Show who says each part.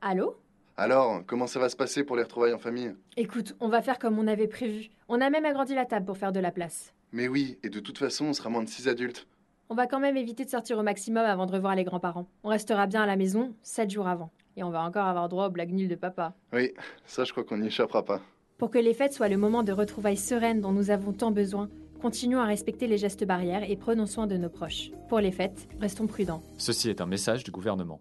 Speaker 1: Allô
Speaker 2: Alors, comment ça va se passer pour les retrouvailles en famille
Speaker 1: Écoute, on va faire comme on avait prévu. On a même agrandi la table pour faire de la place.
Speaker 2: Mais oui, et de toute façon, on sera moins de 6 adultes.
Speaker 1: On va quand même éviter de sortir au maximum avant de revoir les grands-parents. On restera bien à la maison 7 jours avant. Et on va encore avoir droit aux blagues nulles de papa.
Speaker 2: Oui, ça, je crois qu'on n'y échappera pas.
Speaker 1: Pour que les fêtes soient le moment de retrouvailles sereines dont nous avons tant besoin, continuons à respecter les gestes barrières et prenons soin de nos proches. Pour les fêtes, restons prudents.
Speaker 3: Ceci est un message du gouvernement.